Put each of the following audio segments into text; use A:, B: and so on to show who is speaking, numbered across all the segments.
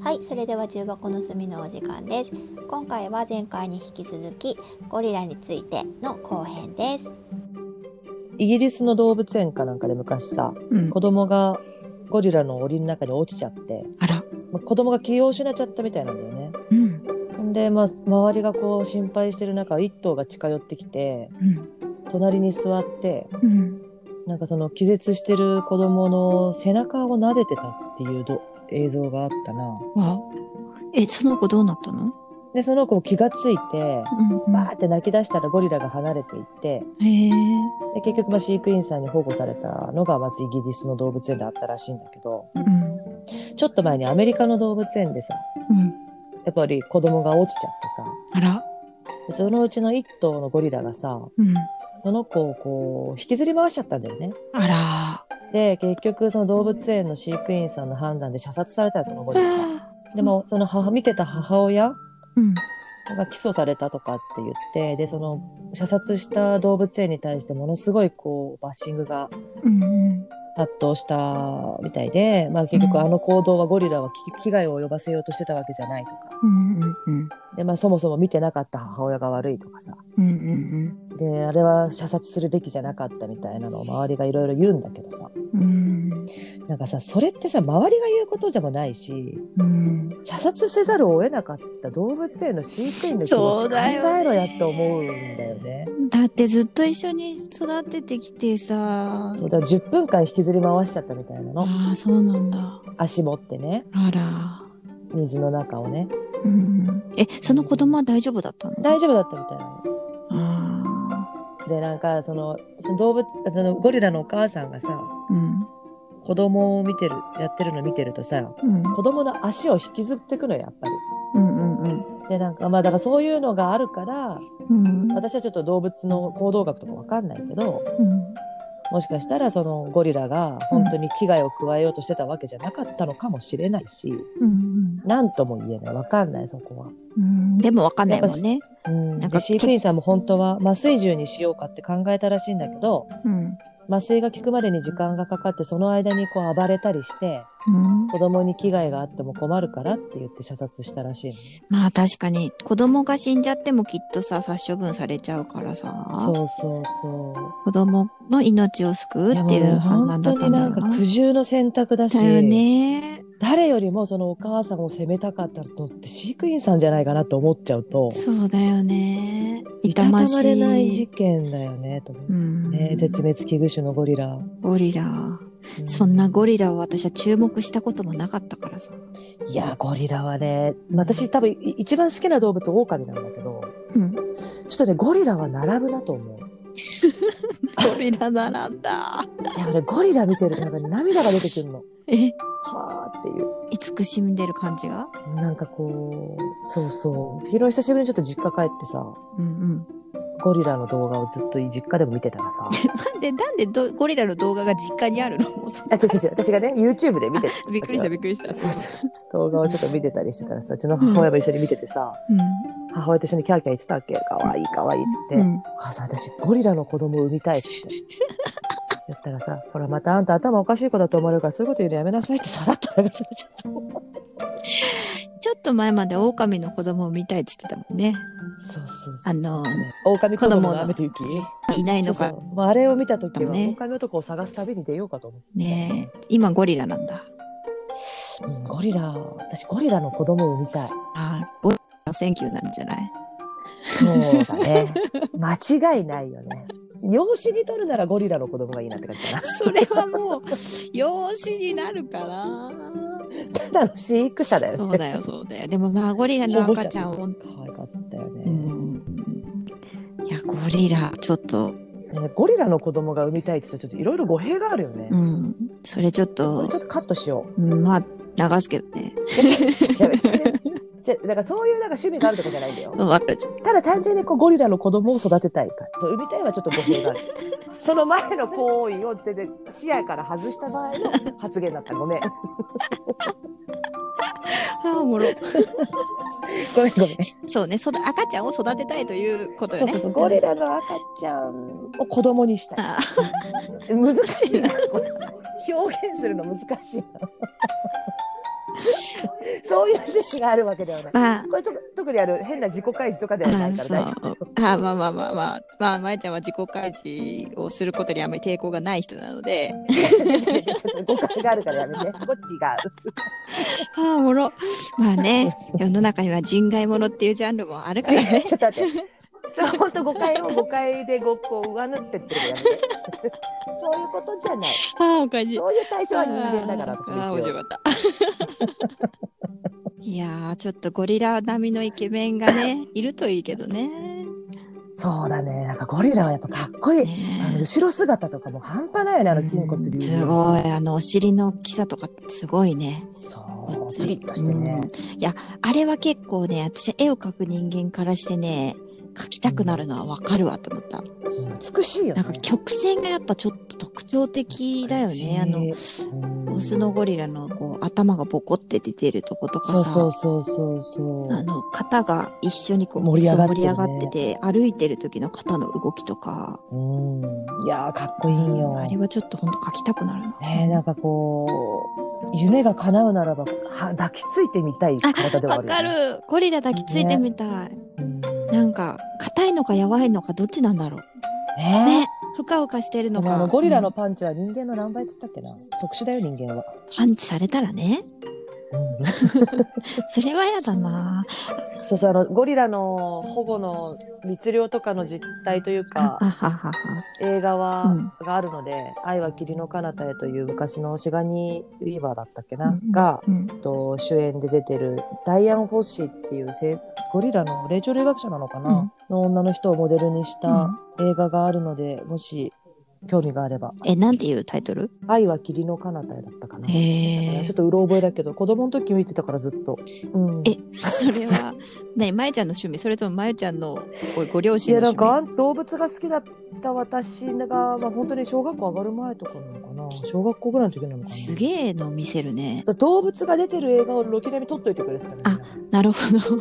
A: はい、それでは重箱の隅のお時間です。今回は前回に引き続きゴリラについての後編です。
B: イギリスの動物園かなんかで昔さ
C: うん
B: 子、供がゴリラの檻の中に落ちちゃって、
C: あら、
B: まあ、子供が気を失っちゃったみたいなんだよね
C: うん、
B: んで、まあ、周りがこう心配してる中1頭が近寄ってきて
C: うん、
B: 隣に座って
C: うん。
B: なんかその気絶してる子供の背中を撫でてたっていうど映像があったな
C: わ、え、その子どうなったの？
B: でその子も気がついて
C: うん、うん
B: バーって泣き出したらゴリラが離れていって
C: へえ、
B: で結局まあ飼育員さんに保護されたのがまずイギリスの動物園であったらしいんだけど
C: うん、
B: ちょっと前にアメリカの動物園でさ
C: うん。
B: やっぱり子供が落ちちゃってさ
C: あら、
B: でそのうちの1頭のゴリラがさ
C: うん、
B: その子をこう引きずり回しちゃったんだよね
C: あら、あ
B: で結局その動物園の飼育員さんの判断で射殺されたよそのゴリラが
C: ー
B: でもその母見てた母親
C: うん、
B: が起訴されたとかって言ってでその射殺した動物園に対してものすごいこうバッシングが
C: うん、うん、
B: 殺到したみたいで、まあ、結局あの行動はゴリラは危危害を及ばせようとしてたわけじゃないとか
C: うん、うん、うん、
B: で、まあ、そもそも見てなかった母親が悪いとかさ
C: うん、うん、
B: であれは射殺するべきじゃなかったみたいなのを周りがいろいろ言うんだけどさ
C: うん、
B: なんかさそれってさ周りが言うことでもないし
C: うん。
B: 射殺せざるを得なかった動物園の飼育員の気持
C: そ
B: ち
C: う
B: 考
C: だよね
B: えろやって思うんだよね。
C: だってずっと一緒に育ててきてさ、
B: そうだから10分間引きずり回しちゃったみたいなの
C: ああ、そうなんだ。
B: 足持ってね
C: あら、
B: 水の中をね
C: うん、え、その子供は大丈夫だったの？
B: 大丈夫だったみたいなの
C: あ
B: でなんかそのその動物あそのゴリラのお母さんがさ
C: あ、うん、
B: 子供を見てるやってるの見てるとさ
C: うん、
B: 子供の足を引きずってくのよやっぱり。
C: うん、うん、
B: でなんかまあだからそういうのがあるから
C: うん、
B: 私はちょっと動物の行動学とかわかんないけど
C: うん。
B: もしかしたらそのゴリラが本当に危害を加えようとしてたわけじゃなかったのかもしれないし
C: うん
B: 何とも言えないわかんないそこは。
C: うん、でもわかんないもんね。
B: うん、
C: なん
B: で
C: か
B: 飼育員さんも本当は麻酔銃にしようかって考えたらしいんだけど
C: うん。
B: 麻酔が効くまでに時間がかかってその間にこう暴れたりして
C: うん、
B: 子供に危害があっても困るからって言って射殺したらしいのね
C: まあ確かに子供が死んじゃってもきっとさ殺処分されちゃうからさ
B: そうそうそう。
C: 子供の命を救うってい
B: やも
C: う
B: ね
C: 判断だったんだろう
B: 本当に
C: な
B: なんか。苦渋の選択だし
C: だよね。
B: 誰よりもそのお母さんを責めたかったのって飼育員さんじゃないかなと思っちゃうと
C: そうだよね。
B: いたた
C: 痛ま
B: ま
C: し
B: れない
C: い。
B: 事件だよねと思
C: う
B: う、
C: ん、
B: ね絶滅危惧種のゴリラ、
C: ゴリラ。そんなゴ
B: リ
C: リラを私は注目したこともなかったからさ。
B: いやゴリラはね私多分い一番好きな動物オオカミなんだけど
C: うん。ゴ
B: ちょっとねゴリラは並ぶなと思う
C: リラ並んだ。
B: いや俺ゴリラ見てるとなんか涙が出てくるの
C: え、
B: はあっていう
C: 慈しんでる感じが
B: なんかこう、そうそう。昨日久しぶりにちょっと実家帰ってさ、
C: うんうん。
B: ゴリラの動画をずっと実家でも見てたらさ、
C: で、なんでどゴリラの動画が実家にあるのもうそん
B: あ、
C: な
B: 違う違う違う、私がね、YouTube で見て た。
C: びっくりしたびっくりし
B: そう
C: た。
B: そうそう動画をちょっと見てたりしてたらさ、うちの母親も一緒に見ててさ、
C: う
B: 母親と一緒にキャーキャー言ってたわけ、かわいいかわいいっつって、
C: ん。うん。
B: 母さん私ゴリラの子供を産みたいっつ って。言ったらさ、ほらまたあんた頭おかしい子だと思われるからそういうこと言うのやめなさいってさらっと流されちゃった。
C: ちょっと前まで狼の子供を見たいって言ってたもんね。
B: そうそうそう。
C: あのー、
B: 狼子供
C: 子供の
B: の雨と雪
C: いないの
B: そ
C: か
B: う。そうまあ、あれを見た時は、
C: ね
B: 狼男を探す旅に出ようかと思って、
C: ねえ。今ゴリラなんだ。
B: うんゴリラ私ゴリラの子供を産みたい
C: ああ、ゴリラの選球なんじゃない
B: そうだ ね間違いないよね養子に取るならゴリラの子供がいいなって感じか
C: それはもう、養子になるから。
B: なただの飼育者だよね
C: そうだよ、そうだよ。でもまあ、ゴリラの赤ちゃんを。
B: 可愛かったよ
C: う
B: ね、
C: ん。いや、ゴリラ、ちょっと、
B: ねゴリラの子供が産みたいって言ったらちょっといろいろ語弊があるよね、
C: うん。それちょっ
B: ことれち、ょっとカットしよう
C: うんまあ、流すけどね。
B: やめて じゃだからそういうなんか趣味があるとかじゃないんだよ
C: そうわかる。
B: ただ単純にこうゴリラの子供を育てたいからそう産みたいはちょっと語弊がある その前の行為を全然視野から外した場合の発言だったごめんご
C: ああ、おもろ。
B: めんごめん
C: そうね、そだ赤ちゃんを育てたいということ
B: そ
C: よ
B: う
C: ね。
B: そうそうゴリラの赤ちゃんを子供にしたい
C: あ
B: 難しい なこれ表現するの難しいなそそういう趣旨があるわけではない。
C: まあ
B: これと特にある変な自己開示とかではないから大丈夫。
C: あまあまあまあまあ、まあ、まえちゃんは自己開示をすることにあまり抵抗がない人なので、
B: ちょっと誤解があるからやめて。こっちが。
C: ああ、おもろ。まあね、世の中には人外者っていうジャンルもあるからね。
B: ちょっと待って。ちょっと本当誤解を誤解でごっこを上塗ってってるのやめて。そういうことじゃない。
C: ああ、おかしい。
B: そういう対象は人間だから、私
C: ああ、
B: は
C: 面
B: 一
C: 白
B: 応。
C: かった。 いやー、ちょっとゴリラ並みのイケメンがね、いるといいけどね。
B: そうだね。なんかゴリラはやっぱかっこいい。あの
C: ね
B: 後ろ姿とかも半端ないよね、あの筋骨
C: うん
B: 隆
C: す
B: 々。
C: ごい、あの、お尻の大きさとかすごいね。
B: そう、ピリッとしてね。
C: うんいや、あれは結構ね、私絵を描く人間からしてね、描きたくなるのはわかるわと思った。
B: 美しいよ
C: な
B: ね。
C: んか曲線がやっぱちょっと特徴的だよね。あの、
B: の
C: オスのゴリラのこう頭がボコって出てるとことか
B: そう
C: さ、
B: そうそうそうそう。
C: あの肩が一緒にこう
B: 盛り上がってるね
C: そう盛り上がってて、歩いてる時の肩の動きとか、
B: うん。いやー、かっこいいよ。
C: あれはちょっとほんと描きたくなるな。
B: ねえなんかこう夢が叶うならばは抱きついてみたい体ではあ
C: わ
B: るよ
C: か
B: ね、
C: るゴリラ抱きついてみたい。
B: うん
C: なんか、硬いのか柔いのかどっちなんだろう。
B: ね
C: ね、ふかふかしてる
B: え
C: の
B: でも
C: か。
B: あのゴリラのパンチは人間の何倍っつったっけな、特殊だよ人間は、
C: パンチされたらね。それはや だな。
B: そうそうあのゴリラの保護の密漁とかの実態という
C: あ
B: か
C: ははは。
B: 映画
C: う
B: は
C: ん
B: があるので「愛は霧の彼方へ」という昔のシガニー・ウィーバーだったっけな、
C: うん
B: が、
C: うん
B: えっと、主演で出てるダイアン・フォッシーっていうせゴリラの霊長類学者なのかな、の女の人をモデルにした、映画があるので、もし興味があれば。
C: え、なんていうタイトル
B: 愛は霧の彼方へだったかな。
C: へえ
B: ちょっ。とうろ覚えだけど、子供の時見てたからずっと。うん、
C: え、それは、ね、まゆちゃんの趣味それともまゆちゃんのごご両
B: い
C: 親
B: や、な
C: の
B: ん
C: 趣
B: か
C: 味
B: あん動物が好きだった私が、まあ、本当に小学校上がる前とかなのかな。小学校ぐらいの時なのかな。
C: すげえの見せるね。
B: 動物が出てる映画をロキ並み撮っといてくれてたね。
C: あなるほ
B: そ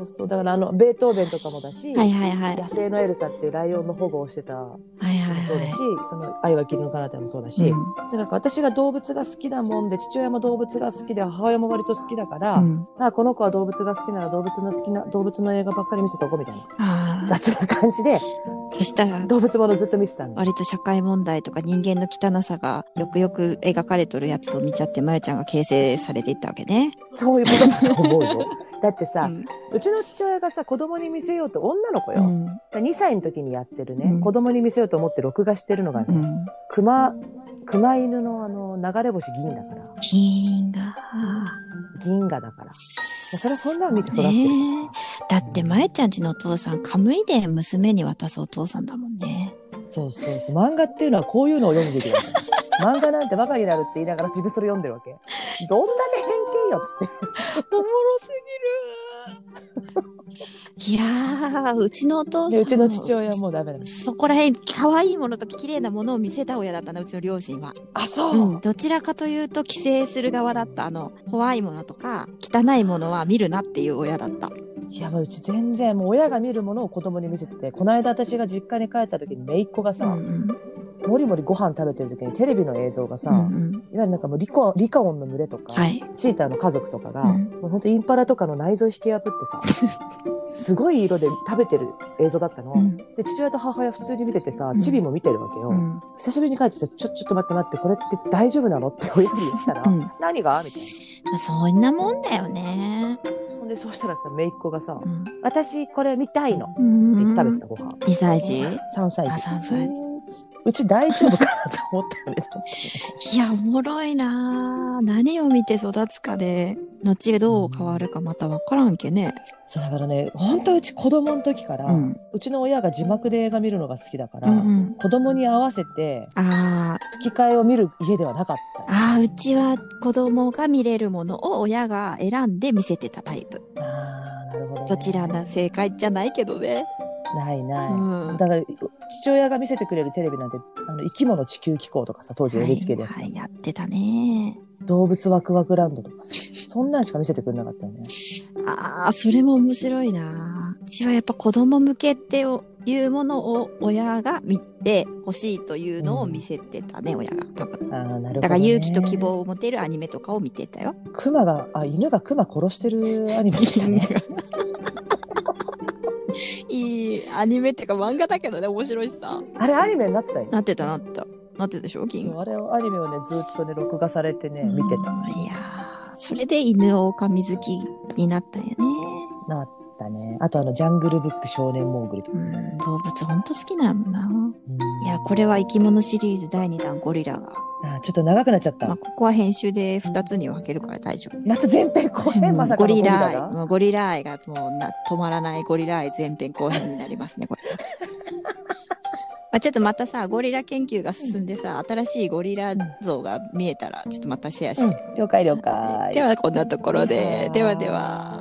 B: うそう。だからあの、ベートーベンとかもだし、
C: ど。はいはいはい。
B: 野生のエルサっていうライオンの保護をしてたの
C: はいはい
B: もそうだし、
C: は
B: その愛は霧の彼方へもそうだし、
C: い。
B: でなんか私が動物が好きなもんで父親も動物が好きで母親も割と好きだから、
C: うんうん
B: まあ、この子は動物が好きなら動物の好きな動物の映画ばっかり見せとこうみたいな
C: ああ。
B: 雑な感じで
C: そしたら、
B: 動物ものずっと見てたの。
C: 割と社会問題とか人間の汚さがよくよく描かれとるやつを見ちゃって、まゆちゃんが形成されていったわけね。
B: そういうことだと思うよ。だってさ、
C: うん
B: うちの父親がさ子供に見せようと女の子
C: う
B: よ、
C: ん。
B: 2歳の時にやってるね、
C: うん
B: 子供に見せようと思って録画してるのがね、
C: うん。
B: 熊熊犬のあの流れ星銀だから
C: 金が。
B: 銀河だから。それはそんなの見て育ってるからさ。
C: だって、まえちゃんちのお父さん、カムイで娘に渡すお父さんだもんね。
B: そうそうそう。漫画っていうのはこういうのを読むべきだ から。漫画なんてバカになるって言いながら自分それ読んでるわけ。どんだけ偏見よっつって。
C: おもろすぎる。いやー、うちのお父さん
B: で、
C: も。
B: うちの父親はもうダメだ。
C: そこらへん、可愛いものと綺麗なものを見せた親だったな、うちの両親は。
B: あ、そ
C: うん。どちらかというと、規制する側だった。あの、怖いものとか、汚いものは見るなっていう親だった。
B: いや、もううち全然、もう親が見るものを子供に見せてて、この間私が実家に帰った時に姪っ子が
C: う
B: さ、
C: ん
B: もりもりご飯食べてる時にテレビの映像が
C: う
B: さ、
C: ん。うん
B: いわゆるなんかもうリコリカオンの群れとか、
C: はい。
B: チーターの家族とかが、
C: うん
B: もうほんとインパラとかの内臓引き破ってさ、 すごい色で食べてる映像だったの。
C: うん
B: で、父親と母親普通に見ててさ
C: う、ん
B: チビも見てるわけよ。
C: うん。
B: 久しぶりに帰ってさ、ちょ、ちょっと待って待って、これって大丈夫なのって親に言ったら、
C: うん
B: 何がみたい
C: まあ、そんなもんだよね。
B: な。そんで、そうしたらさ、姪っ子がさ
C: う、ん。
B: 私、これ見たいの。って
C: うん
B: 言って食べてたご飯。
C: 2歳児
B: 3歳
C: あ、
B: 児。
C: 3歳児。
B: うち大丈夫かなと思ったよね、ち ょっ
C: いや、おもろいなぁ何を見て育つかで、後どう変わるかまたわからんけね。
B: と。そう、だからね、本当うち子供の時から、
C: う。
B: うんちの親が字幕で映画見るのが好きだか
C: う
B: ら、
C: んうん。
B: 子供に合わせて
C: あ
B: 吹き替えを見る家ではなかった。
C: あ、ああ、うちは子供が見れるものを親が選んで見せてたタイプ。
B: ああ、なるほど、ね。
C: どちらな正解じゃないけどね。
B: ないない。
C: うん。
B: だから父親が見せてくれるテレビなんてあの生き物地球機構とかさ当時 NHK でやってた
C: はい、はい、やってたね。
B: 動物ワクワクランドとかさそんなんしか見せてくれなかったよね。
C: ああ、それも面白いなぁうちはやっぱ子供向けってよいうものを親が見てほしいというのを見せてたね、親が多分
B: ああ、なるほど、ね。
C: だから勇気と希。望を持てるアニメとかを見て たよ。
B: 熊が、あ、犬が熊殺してるアニメでした ね。
C: いいアニメっていうか漫画だけどね面白いしさ。
B: あれアニメになってたよ。
C: なってたなってたなってたでしょ
B: そ
C: 銀
B: う
C: 河。
B: あれをアニメをねずっとね録画されてね見てた。
C: いやーそれで犬狼好きになったんやね。
B: なったね。あとあのジャングルブック少年モーグルとか。
C: うん動物ほんと好きなのな。
B: うん
C: いやこれは生き物シリーズ第2弾ゴリラが。
B: あちょっと長くなっちゃった。
C: まあ、ここは編集で2つに分けるから大丈夫。
B: また前編後編まさか
C: ゴ
B: の
C: リラ愛
B: ゴリが
C: もうゴリラ愛がもうな止まらないゴリラ愛前編後編になります ねこれまあちょっとまたさゴリラ研究が進んでさ新しいゴリラ像が見えたらちょっとまたシェアして、
B: うん了解了解。
C: ではこんなところでではでは。